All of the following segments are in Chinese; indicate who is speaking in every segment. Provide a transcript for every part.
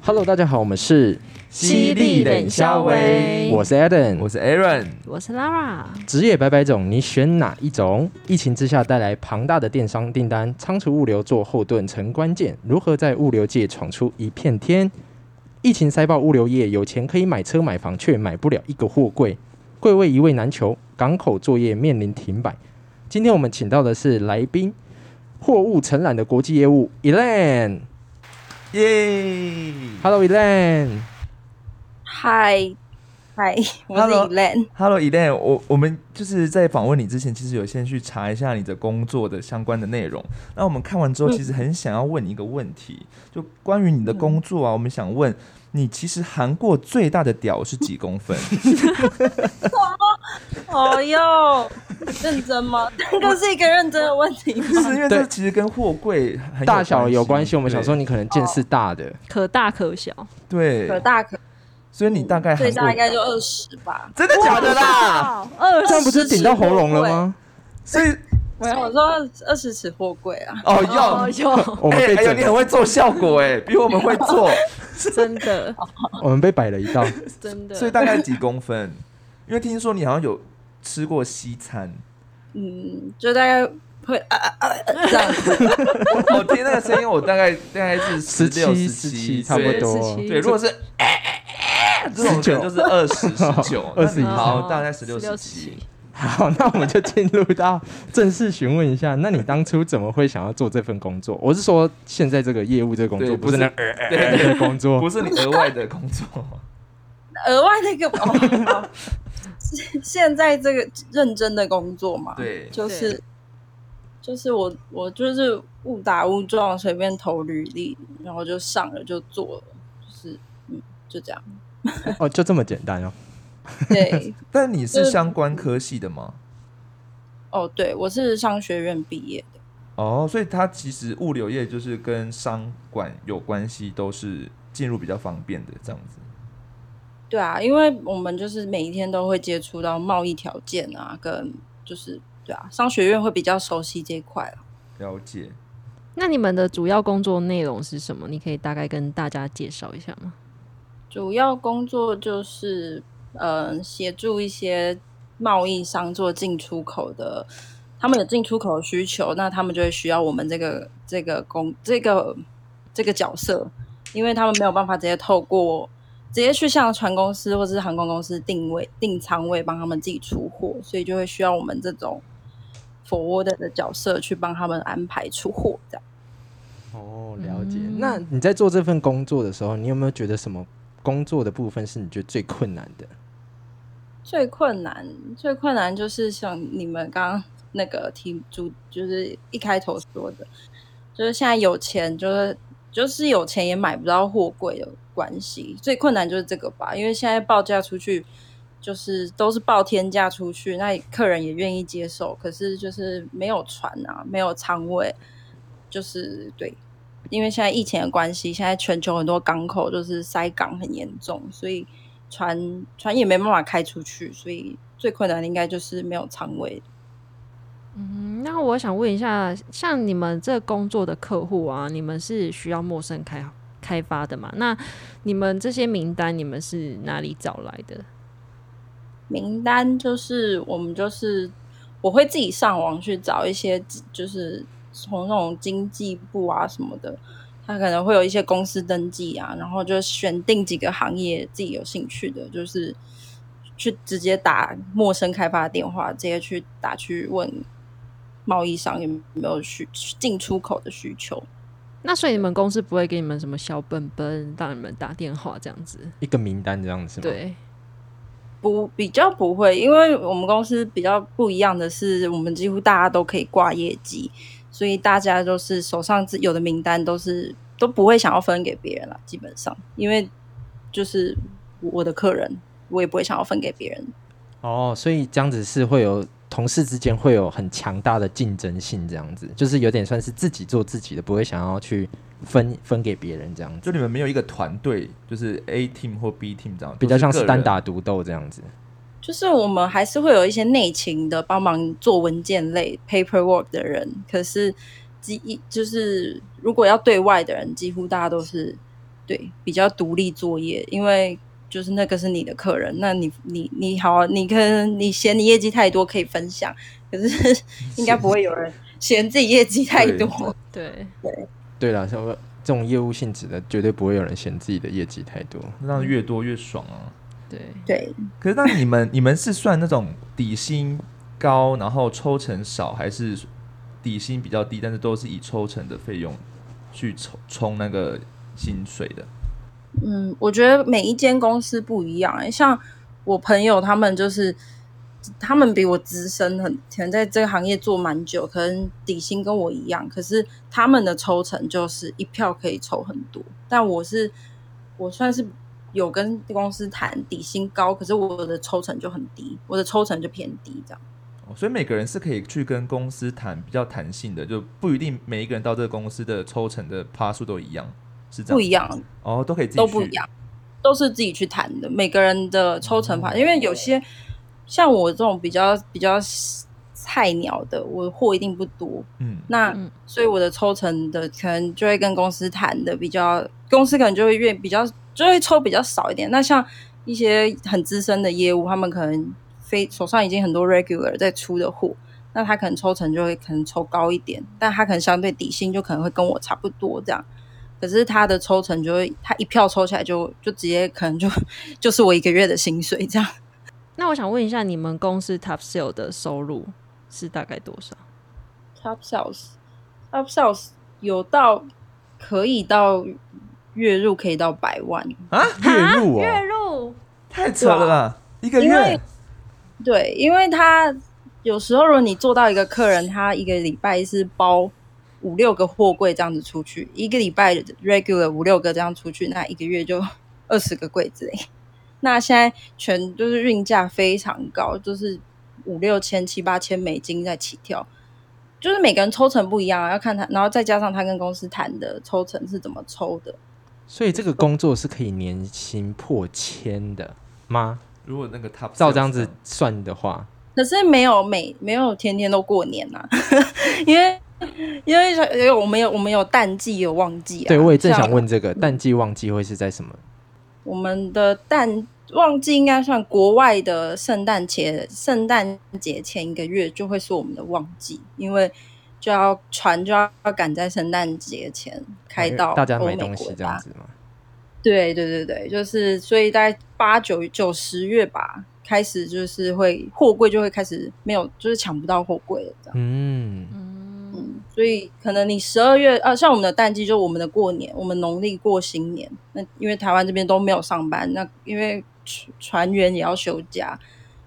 Speaker 1: Hello，大家好，我们是，
Speaker 2: 犀利冷笑微
Speaker 1: 我是 Adam，
Speaker 3: 我是 Aaron，
Speaker 2: 我是 Lara，
Speaker 1: 职业百百种，你选哪一种？疫情之下带来庞大的电商订单，仓储物流做后盾成关键，如何在物流界闯出一片天？疫情塞爆物流业，有钱可以买车买房，却买不了一个货柜，柜位一位难求，港口作业面临停摆。今天我们请到的是来宾，货物承揽的国际业务 Elan。
Speaker 3: 耶
Speaker 1: Hello Elan，
Speaker 4: 嗨嗨， 我是
Speaker 3: Hello
Speaker 4: Elaine。
Speaker 3: ！Hello Elaine，我我们就是在访问你之前，其实有先去查一下你的工作的相关的内容。那我们看完之
Speaker 1: 嗯
Speaker 3: 后，其实很想要问你一个问题，就关于你的工作啊，我们想问你，其实韩国最大的屌是几公分？
Speaker 4: 哦哟，认真 吗？这个是一个认真的问题吗。
Speaker 3: 就是因为这
Speaker 1: 对
Speaker 3: 其实跟货柜很
Speaker 1: 大小有关系，我们想说
Speaker 3: 你
Speaker 1: 你可能见识大的。
Speaker 2: 可大可小，
Speaker 3: 对
Speaker 4: 可，大可
Speaker 3: 所以你大概
Speaker 1: 哎
Speaker 3: 韩
Speaker 4: 最
Speaker 3: 国
Speaker 4: 大应该就二十吧。
Speaker 3: 真的假的啦？
Speaker 2: 二
Speaker 1: 这样不是顶到喉咙了吗？
Speaker 3: 所以
Speaker 4: 没有，我说二十尺货柜啊。
Speaker 3: 哦
Speaker 2: 哦
Speaker 3: 哟，
Speaker 2: 哟，
Speaker 1: 我们
Speaker 3: 哎
Speaker 1: 被
Speaker 3: 哎呦，你
Speaker 1: 整
Speaker 3: 很
Speaker 1: 了，
Speaker 3: 会做效果哎，比我们会做。
Speaker 2: 真的
Speaker 1: 我们被摆了一道。
Speaker 2: 真的，
Speaker 3: 所以大概几公 分？因为听说你好像有吃过西餐，
Speaker 4: 嗯，就大概会啊啊啊啊这样 子。
Speaker 3: 我听那个声音，我大概大概是 十六、
Speaker 1: 17
Speaker 3: 七，
Speaker 1: 差不多
Speaker 2: 17
Speaker 3: 对，如果是哎哎哎这种可能就是 二十、十哦九、
Speaker 1: 20
Speaker 3: 好，大概十六、十
Speaker 2: 16
Speaker 3: 七。
Speaker 1: 好，那我们就进入到正式询问一下，那你当初怎么会想要做这份工作？我是说现在这个业务这个工作，
Speaker 3: 对
Speaker 1: 不是那
Speaker 3: 不
Speaker 1: 呃
Speaker 3: 对，
Speaker 1: 的工
Speaker 3: 不
Speaker 1: 作。
Speaker 3: 是你额外的工 作，
Speaker 4: 额外那个哦，好现在这个认真的工作嘛，
Speaker 3: 对
Speaker 4: 就是就是我我就是误打误撞随便投履历，然后就上了就做了，就是嗯就这样。
Speaker 1: 哦，就这么简单哦。
Speaker 4: 对。
Speaker 3: 但你是相关科系的吗？
Speaker 4: 哦，对，我是商学院毕业的，
Speaker 3: 哦，所以它其实物流业就是跟商管有关系，都是进入比较方便的这样子。
Speaker 4: 对啊，因为我们就是每一天都会接触到贸易条件啊，跟就是对啊，商学院会比较熟悉这一块啊。
Speaker 3: 了解。
Speaker 2: 那你们的主要工作内容是什么？你可以大概跟大家介绍一下吗？
Speaker 4: 主要工作就是嗯、呃协助一些贸易商做进出口的，他们有进出口的需求，那他们就会需要我们这个这个工这个这个角色，因为他们没有办法直接透过直接去向船公司或是航空公司定位定仓位帮他们自己出货，所以就会需要我们这种 forward 的角色去帮他们安排出货这样。
Speaker 1: 哦，了解。
Speaker 2: 嗯
Speaker 1: 那你在做这份工作的时候，你有没有觉得什么工作的部分是你觉得最困难的？
Speaker 4: 最困难，最困难就是像你们刚刚那个题主，就是一开头说的，就是现在有钱，就是就是有钱也买不到货柜的关系，最困难就是这个吧，因为现在报价出去就是都是报天价出去，那客人也愿意接受，可是就是没有船啊，没有仓位，就是对。因为现在疫情的关系，现在全球很多港口就是塞港很严重，所以船船也没办法开出去，所以最困难的应该就是没有仓位。
Speaker 2: 嗯，那我想问一下，像你们这工作的客户啊，你们是需要陌生开开发的嘛？那你们这些名单，你们是哪里找来的？
Speaker 4: 名单就是我们就是我会自己上网去找一些，就是从那种经济部啊什么的，他可能会有一些公司登记啊，然后就选定几个行业自己有兴趣的，就是去直接打陌生开发的电话，直接去打去问贸易商有没有需进出口的需求。
Speaker 2: 那所以你们公司不会给你们什么小本本，让你们打电话这样子？
Speaker 1: 一个名单这样子吗？，
Speaker 2: 对，
Speaker 4: 不比较不会，因为我们公司比较不一样的是，我们几乎大家都可以挂业绩，所以大家都是手上自有的名单都是都不会想要分给别人了，基本上，因为就是我的客人，我也不会想要分给别人。
Speaker 1: 哦，所以这样子是会有同事之间会有很强大的竞争性，这样子就是有点算是自己做自己的，不会想要去分分给别人这样子，
Speaker 3: 就你们没有一个团队，就是 A team 或 B team 这样，
Speaker 1: 比较像是单
Speaker 3: 打。
Speaker 1: 打独斗这样子。
Speaker 4: 就是我们还是会有一些内勤的帮忙做文件类 paperwork 的人，可是几就是如果要对外的人，几乎大家都是对比较独立作业，因为就是那个是你的客人，那你你你好啊，你跟你嫌你业绩太多可以分享，可是应该不会有人嫌自己业绩太
Speaker 3: 对
Speaker 4: 多。
Speaker 2: 对，
Speaker 1: 对啦，像我这种业务性质的，绝对不会有人嫌自己的业绩太多。
Speaker 3: 那样越多越爽啊。
Speaker 2: 对，
Speaker 4: 对，
Speaker 3: 可是那你们 你们是算那种底薪高，然后抽成少，还是底薪比较低，但是都是以抽成的费用去冲冲那个薪水的？
Speaker 4: 嗯，我觉得每一间公司不一样、欸，像我朋友他们就是，他们比我资深很，可能在这个行业做蛮久，可能底薪跟我一样，可是他们的抽成就是一票可以抽很多，但我是我算是有跟公司谈底薪高，可是我的抽成就很低，我的抽成就偏低这样。
Speaker 3: 哦所以每个人是可以去跟公司谈比较弹性的，就不一定每一个人到这个公司的抽成的趴数都一样，是这样？
Speaker 4: 不一样，
Speaker 3: 哦，都可以自己
Speaker 4: 都不
Speaker 3: 去
Speaker 4: 一样，都是自己去谈的，每个人的抽成法，因为有些像我这种比较比较菜鸟的，我货一定不多，
Speaker 3: 嗯，
Speaker 4: 那、
Speaker 2: 嗯
Speaker 4: 所以我的抽成的可能就会跟公司谈的比较，公司可能就会越比较就会抽比较少一点。那像一些很资深的业务，他们可能非手上已经很多 regular 在出的货，那他可能抽成就会可能抽高一点，但他可能相对底薪就可能会跟我差不多这样。可是他的抽成就会，他一票抽起来就就直接可能就 就是我一个月的薪水这样。
Speaker 2: 那我想问一下，你们公司 Top Sale 的收入是大概多少？
Speaker 4: Top sales，Top sales 有到可以到月入可以到百万，
Speaker 3: 啊，月入
Speaker 2: 月
Speaker 3: 哦，
Speaker 2: 入
Speaker 3: 太扯了吧，一个
Speaker 4: 因为
Speaker 3: 月
Speaker 4: 对，因为他有时候如果你做到一个客人，他一个礼拜是包五六个货柜这样子出去，一个礼拜 regular 五六个这样出去，那一个月就 二十个柜子嘞。那现在全就是运价非常高，就是五六千、七八千美金在起跳，就是每个人抽成不一样啊，要看他，然后再加上他跟公司谈的抽成是怎么抽的。
Speaker 1: 所以这个工作是可以年薪破千的吗？
Speaker 3: 如果那个 top
Speaker 1: 照这样子啊算的话，
Speaker 4: 可是没有每没有天天都过年呐、 因为因为因为我们有我们有淡季有旺季啊。
Speaker 1: 对我也正想
Speaker 4: 像
Speaker 1: 问这个，淡季旺季会是在什么？
Speaker 4: 我们的淡旺季应该算国外的圣诞节，圣诞节前一个月就会是我们的旺季，因为就要船就要赶在圣诞节前开到
Speaker 1: 哎大家
Speaker 4: 欧
Speaker 1: 买
Speaker 4: 美
Speaker 1: 东
Speaker 4: 国
Speaker 1: 西这
Speaker 4: 家
Speaker 1: 样子吗？
Speaker 4: 对对对对，就是所以大概八九九十月吧，开始就是会货柜就会开始没有，就是抢不到货柜了这样。
Speaker 1: 嗯，
Speaker 2: 嗯，
Speaker 4: 嗯，所以可能你十二月啊，像我们的淡季就我们的过年，我们农历过新年，那因为台湾这边都没有上班，那因为船船员也要休假，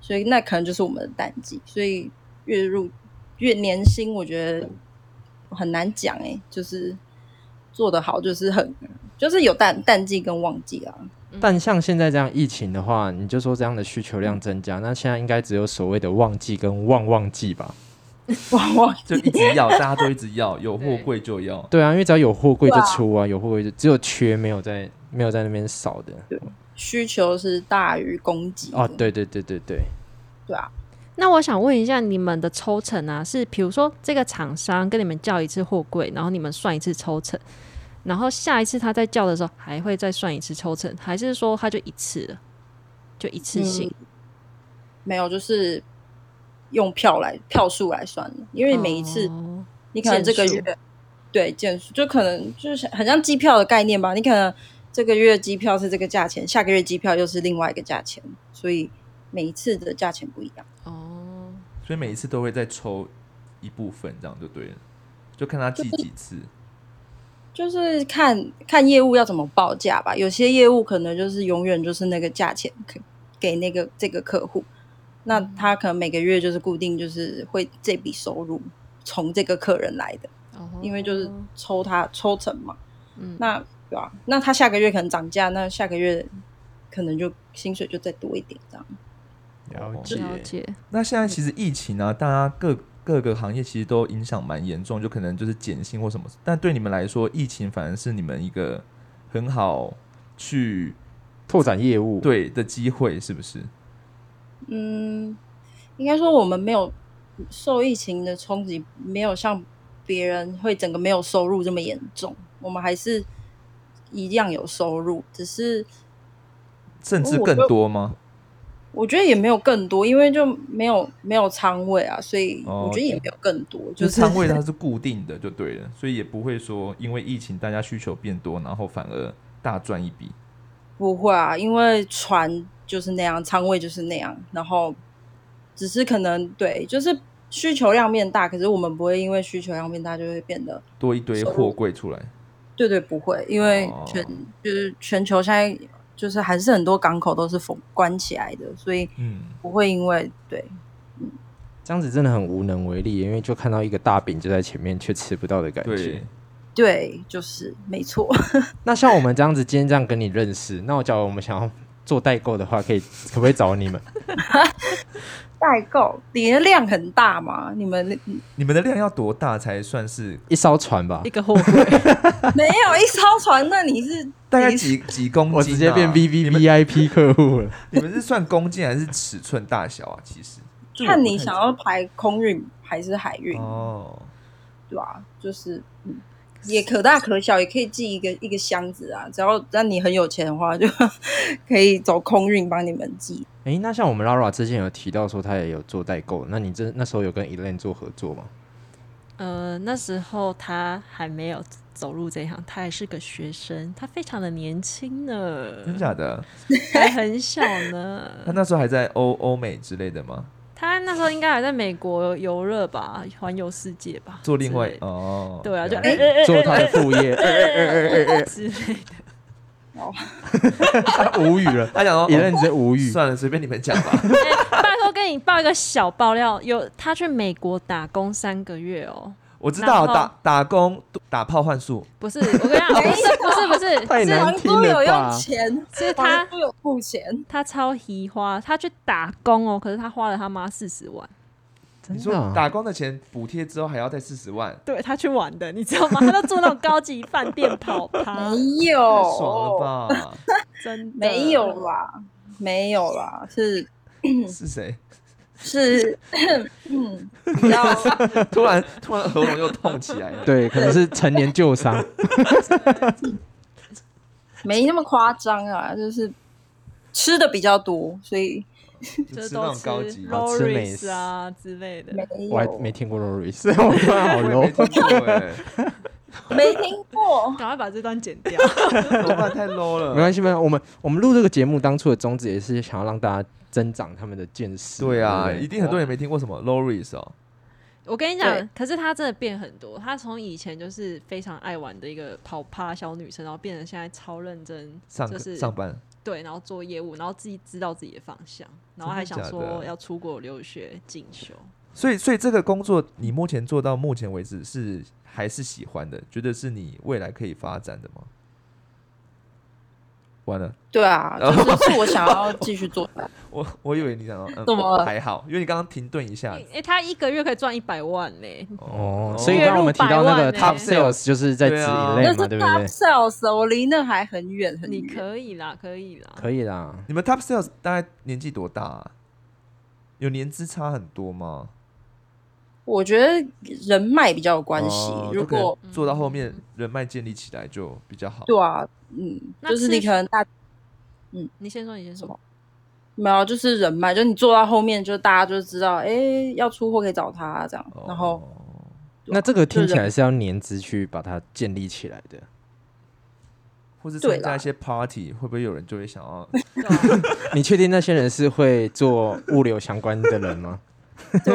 Speaker 4: 所以那可能就是我们的淡季。所以月入月年薪，我觉得很难讲哎、就是做得好，就是很就是有淡淡季跟旺季啊。
Speaker 1: 但像现在这样疫情的话，你就说这样的需求量增加，那现在应该只有所谓的旺季跟旺旺季吧？
Speaker 4: 旺旺
Speaker 3: 就一直要，大家都一直要，有货
Speaker 2: 对
Speaker 3: 柜就要。
Speaker 1: 对啊，因为只要有货柜就
Speaker 4: 对啊
Speaker 1: 出啊，有货柜就只有缺没有在没有在那边少的。
Speaker 4: 需求是大于供给的
Speaker 1: 哦，对对对对对，
Speaker 4: 对啊，
Speaker 2: 那我想问一下，你们的抽成啊，是比如说这个厂商跟你们叫一次货柜，然后你们算一次抽成，然后下一次他再叫的时候还会再算一次抽成，还是说他就一次了，就一次性？
Speaker 4: 嗯没有就是用票来票数来算的，因为每一次。
Speaker 2: 哦
Speaker 4: 你可能这个
Speaker 2: 件
Speaker 4: 月对件数，就可能就是很像机票的概念吧。你可能这个月机票是这个价钱，下个月机票又是另外一个价钱，所以每一次的价钱不一样。
Speaker 2: 哦，
Speaker 3: 所以每一次都会再抽一部分，这样就对了，就看他记几次。
Speaker 4: 就是看看业务要怎么报价吧。有些业务可能就是永远就是那个价钱可给那个这个客户，那他可能每个月就是固定就是会这笔收入从这个客人来的，
Speaker 2: 哦
Speaker 4: 因为就是抽他抽成嘛。
Speaker 2: 嗯，
Speaker 4: 那对吧、那他下个月可能涨价，那下个月可能就薪水就再多一点这样。
Speaker 1: 了
Speaker 3: 哦
Speaker 1: 解
Speaker 2: 了解，
Speaker 3: 那现在其实疫情啊，大家各各个行业其实都影响蛮严重，就可能就是减薪或什么。但对你们来说，疫情反而是你们一个很好去
Speaker 1: 拓展业务，，
Speaker 3: 对的机会，是不是？
Speaker 4: 嗯，应该说我们没有受疫情的冲击，没有像别人会整个没有收入这么严重，我们还是一样有收入，只是
Speaker 3: 甚至
Speaker 4: 我
Speaker 3: 更
Speaker 4: 就
Speaker 3: 多吗？
Speaker 4: 我觉得也没有更多，因为就没有没有仓位啊，所以
Speaker 3: 哦
Speaker 4: 我觉得也没有更多，
Speaker 3: 就
Speaker 4: 就是是
Speaker 3: 仓位它是固定的就对了，所以也不会说因为疫情大家需求变多，然后反而大赚一笔。
Speaker 4: 不会啊，因为船就是那样，仓位就是那样，然后只是可能对，就是需求量变大，可是我们不会因为需求量变大就会变得
Speaker 3: 多一堆
Speaker 2: 啊
Speaker 3: 货柜出来，
Speaker 4: 对对不会，因为
Speaker 3: 哦
Speaker 4: 全、就是全球现在就是还是很多港口都是封关起来的，所以
Speaker 3: 嗯，
Speaker 4: 不会因为对
Speaker 1: 这样子真的很无能为力，因为就看到一个大饼就在前面，却吃不到的感觉
Speaker 3: 对。，
Speaker 4: 对就是没错，
Speaker 1: 那像我们这样子，今天这样跟你认识，那我假如我们想要做代购的话，可以可不可以找你们？
Speaker 4: 代购你的量很大嘛，你们
Speaker 3: 你们的量要多大才算是？
Speaker 1: 一艘船吧
Speaker 2: 一，个货柜，
Speaker 4: 没有一艘船，那你是
Speaker 3: 大概
Speaker 4: 你
Speaker 3: 几几公斤、啊？
Speaker 1: 我直接变 V V
Speaker 3: 你们
Speaker 1: V I P 客户了。
Speaker 3: 你们是算公斤还是尺寸大小啊？其实这我
Speaker 4: 看
Speaker 3: 不
Speaker 4: 你
Speaker 3: 太
Speaker 4: 想
Speaker 3: 知
Speaker 4: 要排空运还是海运，
Speaker 3: 哦，
Speaker 4: 对吧、就是嗯，也可大可小，也可以寄一个一个箱子啊。只要让你很有钱的话，就 可以走空运帮你们寄。
Speaker 1: 诶，那像我们 Lara 之前有提到说她也有做代购，那你这那时候有跟 Elaine 做合作吗？
Speaker 2: 呃，那时候他还没有走入这一行，他还是个学生，他非常的年轻
Speaker 3: 真
Speaker 2: 呢，
Speaker 3: 假的？
Speaker 2: 还很小
Speaker 3: 他
Speaker 2: 呢。
Speaker 3: 那时候还在欧欧美之类的吗？
Speaker 2: 他那时候应该还在美国游乐吧，环游世界吧，
Speaker 3: 做另外
Speaker 2: 之类的
Speaker 3: 哦，
Speaker 2: 对啊，就
Speaker 3: 了
Speaker 2: 哎
Speaker 3: 解
Speaker 2: 哎哎
Speaker 1: 做她的副业，呃
Speaker 3: 哎
Speaker 1: 呃呃呃呃
Speaker 2: 之类的。
Speaker 1: 她无语了
Speaker 3: 他讲哦，
Speaker 1: ，Elaine 直接无
Speaker 3: 哦
Speaker 1: 语。
Speaker 3: 算了，随便你们讲吧。
Speaker 2: 哎拜托，跟你报一个小爆料，有他去美国打工三个月哦。
Speaker 3: 我知道
Speaker 2: 然后
Speaker 3: 打打工打炮换宿，
Speaker 2: 不是，我跟你讲，不是，不是，不是，
Speaker 1: 太难
Speaker 4: 房
Speaker 1: 听
Speaker 4: 租有
Speaker 1: 了
Speaker 4: 用
Speaker 1: 吧？
Speaker 4: 钱，
Speaker 2: 是
Speaker 4: 房
Speaker 2: 他
Speaker 4: 租有付钱，
Speaker 2: 他超移花，他去打工哦，可是他花了他妈四十万，
Speaker 1: 真
Speaker 3: 你
Speaker 1: 的
Speaker 3: 说
Speaker 1: 啊、
Speaker 3: 打工的钱补贴之后还要再四十万，
Speaker 2: 对他去玩的，你知道吗？他都住那种高级饭店 跑趴，
Speaker 3: 太
Speaker 4: 没有，
Speaker 3: 爽了吧？
Speaker 2: 真的
Speaker 4: 没有。啦，没有啦，是
Speaker 3: 是谁？
Speaker 4: 是，嗯，比较
Speaker 3: 突然突然喉咙又痛起来了。
Speaker 1: 对，可能是成年旧伤。
Speaker 4: 没那么夸张啊，就是吃的比较多，所以
Speaker 2: 就
Speaker 3: 就是吃那
Speaker 2: 都
Speaker 3: 种
Speaker 2: 吃
Speaker 3: 高级
Speaker 2: l
Speaker 1: 好
Speaker 2: o
Speaker 1: 吃
Speaker 2: r
Speaker 1: 美
Speaker 2: i
Speaker 1: 食
Speaker 2: s 啊之类的
Speaker 4: 没，
Speaker 1: 我还
Speaker 4: 有，
Speaker 1: 没听过 Loris，我突然好
Speaker 3: 啊我也
Speaker 1: low。
Speaker 3: 没听过 哎，
Speaker 4: 没听过，
Speaker 2: 赶快把这段剪掉。
Speaker 3: 怎么办？太 low
Speaker 1: 没
Speaker 3: 了。
Speaker 1: 关系，没关系。我们我们录这个节目当初的宗旨也是想要让大家增长他们的见识。
Speaker 3: 对啊，
Speaker 1: 不对
Speaker 3: 一定很多人没听过什么 Loris 哦，
Speaker 2: 我跟你
Speaker 4: 对
Speaker 2: 讲，可是她真的变很多。她从以前就是非常爱玩的一个跑趴小女生，然后变成现在超认真，
Speaker 3: 上
Speaker 2: 就是
Speaker 3: 上班
Speaker 2: 对，然后做业务，然后自己知道自己的方向，然后还想
Speaker 3: 真的假
Speaker 2: 说
Speaker 3: 的
Speaker 2: 要出国留学进修。
Speaker 3: 所以，所以这个工作你目前做到目前为止是还是喜欢的，觉得是你未来可以发展的吗？完了，
Speaker 4: 对啊， 就是是我想要继续做的，
Speaker 3: 我我以为你想到，嗯，
Speaker 4: 怎么了
Speaker 3: 还好，因为你刚刚停顿一下
Speaker 2: 哎、，欸，她一个月可以赚一百万呢、
Speaker 1: 哦，
Speaker 3: 哦
Speaker 1: 所以刚刚我们提到那个
Speaker 2: 月入百万
Speaker 1: top
Speaker 2: 欸
Speaker 1: sales 就是在指
Speaker 3: 对啊
Speaker 1: Elaine 嘛，
Speaker 4: 是
Speaker 1: 对不
Speaker 4: top
Speaker 1: 对？
Speaker 4: sales，我哦离那还很远很
Speaker 2: 你
Speaker 4: 远。
Speaker 2: 可以啦，可以啦。
Speaker 1: 可以啦，
Speaker 3: 你们 top sales 大概年纪多大、啊？有年资差很多吗？
Speaker 4: 我觉得人脉比较有关系
Speaker 3: 哦，
Speaker 4: 如
Speaker 3: 就可能
Speaker 4: 果
Speaker 3: 做到后面人脉建立起来就比较好。
Speaker 4: 对啊，嗯，
Speaker 2: 那
Speaker 4: 就是
Speaker 2: 是
Speaker 4: 你可能大
Speaker 2: 你先说，你先说。
Speaker 4: 没有，就是人脉，就你做到后面，就大家就知道，哎、要出货可以找他这样。
Speaker 3: 哦，
Speaker 4: 然后，对啊
Speaker 1: 那这个听
Speaker 4: 就
Speaker 1: 起
Speaker 4: 人
Speaker 1: 来是要年资去把它建立起来的。
Speaker 3: 或是
Speaker 4: 对
Speaker 3: 参加
Speaker 4: 啦
Speaker 3: 一些 party，会不会有人就会想 要？
Speaker 2: 对啊
Speaker 1: 你确定那些人是会做物流相关的人吗？
Speaker 4: 对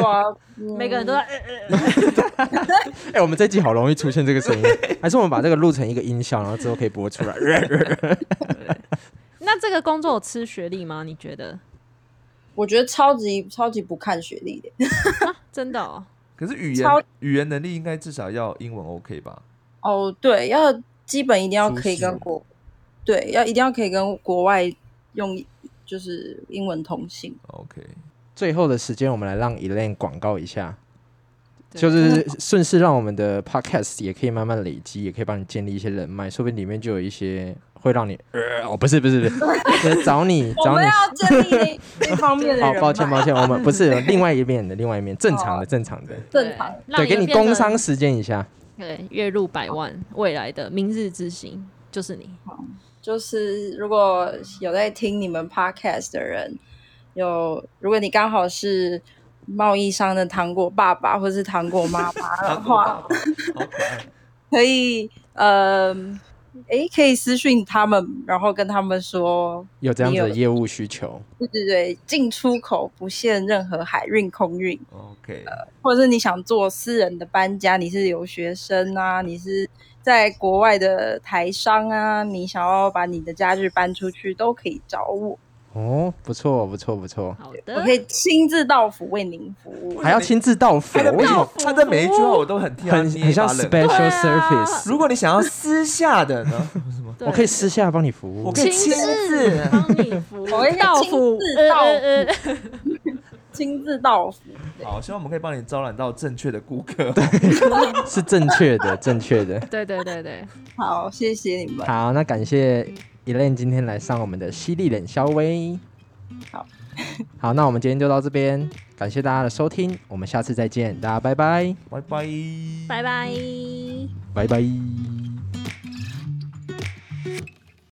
Speaker 4: 啊，嗯
Speaker 2: 每个人都在、呃呃呃
Speaker 1: 哎、我们这集好容易出现这个声音， 还是我们把这个录成一个音效，然后之后可以播出来？
Speaker 2: 那这个工作有吃学历吗？你觉得？
Speaker 4: 我觉得超级超级不看学历的
Speaker 2: 真的、哦？
Speaker 3: 可是语
Speaker 4: 超
Speaker 3: 言语言能力应该至少要英文 OK 吧？
Speaker 4: 哦，对，要基本一定要可以
Speaker 3: 舒
Speaker 4: 跟
Speaker 3: 适
Speaker 4: 国，对，要一定要可以跟国外用就是英文通信。
Speaker 3: OK，
Speaker 1: 最后的时间，我们来让 Elaine 广告一下，
Speaker 2: 对
Speaker 1: 就是顺势让我们的 Podcast 也可以慢慢累积，也可以帮你建立一些人脉，说不定里面就有一些。会让你呃哦，不是不是 不是就是找你
Speaker 4: 我
Speaker 1: 找
Speaker 4: 们
Speaker 1: 你。
Speaker 4: 要建 立那那方面的
Speaker 1: 哦
Speaker 4: 人，脉，
Speaker 1: 抱歉抱歉，我 们不是另外一面的，另外一面正
Speaker 4: 哦
Speaker 1: 常的正常的，
Speaker 4: 正常。
Speaker 1: 对，给你工
Speaker 2: 工
Speaker 1: 商时间一下。
Speaker 2: 对，月入百万，未来的明日之星就是你。
Speaker 4: 就是如果有在听你们 podcast 的人，有如果你刚好是贸易商的糖果爸爸或是糖果妈妈的话，
Speaker 3: 哦好哦可爱。
Speaker 4: 可以呃，诶，可以私讯他们，然后跟他们说，
Speaker 1: 有这样子的
Speaker 4: 你有
Speaker 1: 业务需求，
Speaker 4: 对对对，进出口不限任何海运、空运，
Speaker 3: OK，
Speaker 4: 或者是你想做私人的搬家，你是留学生啊，你是在国外的台商啊，你想要把你的家具搬出去，都可以找我，
Speaker 1: 哦，不错不错不错，
Speaker 2: 好
Speaker 4: 我
Speaker 2: 的
Speaker 4: 可，以亲自到府为您服务。
Speaker 1: 还要亲自到府，
Speaker 3: 他的
Speaker 1: 为
Speaker 3: 每
Speaker 1: 什么
Speaker 3: 他的每一句话我都很替他
Speaker 1: 很很
Speaker 3: 捏一把
Speaker 1: 像
Speaker 3: 冷
Speaker 1: special
Speaker 2: 啊
Speaker 1: service？
Speaker 3: 如果你想要私下的 呢，什么？
Speaker 2: 对
Speaker 1: 我可以私下帮你服务
Speaker 3: 我可以亲
Speaker 2: 亲
Speaker 3: 自
Speaker 2: 自帮你服务
Speaker 4: 我可以，
Speaker 2: 到
Speaker 4: 亲
Speaker 2: 府
Speaker 4: 自
Speaker 2: 呃
Speaker 4: 到
Speaker 2: 呃呃
Speaker 4: 亲自到府，
Speaker 3: 好，希望我们可以帮你招揽到正确的顾客。
Speaker 1: 是正确的，正确的。
Speaker 2: 对对对对，
Speaker 4: 好，谢谢你们，
Speaker 1: 好，那感谢 Elaine 今天来上我们的犀利冷肖微。
Speaker 4: 好，
Speaker 1: 好，那我们今天就到这边，感谢大家的收听，我们下次再见，大家拜拜，
Speaker 3: 拜拜，
Speaker 2: 拜拜。
Speaker 1: 拜拜。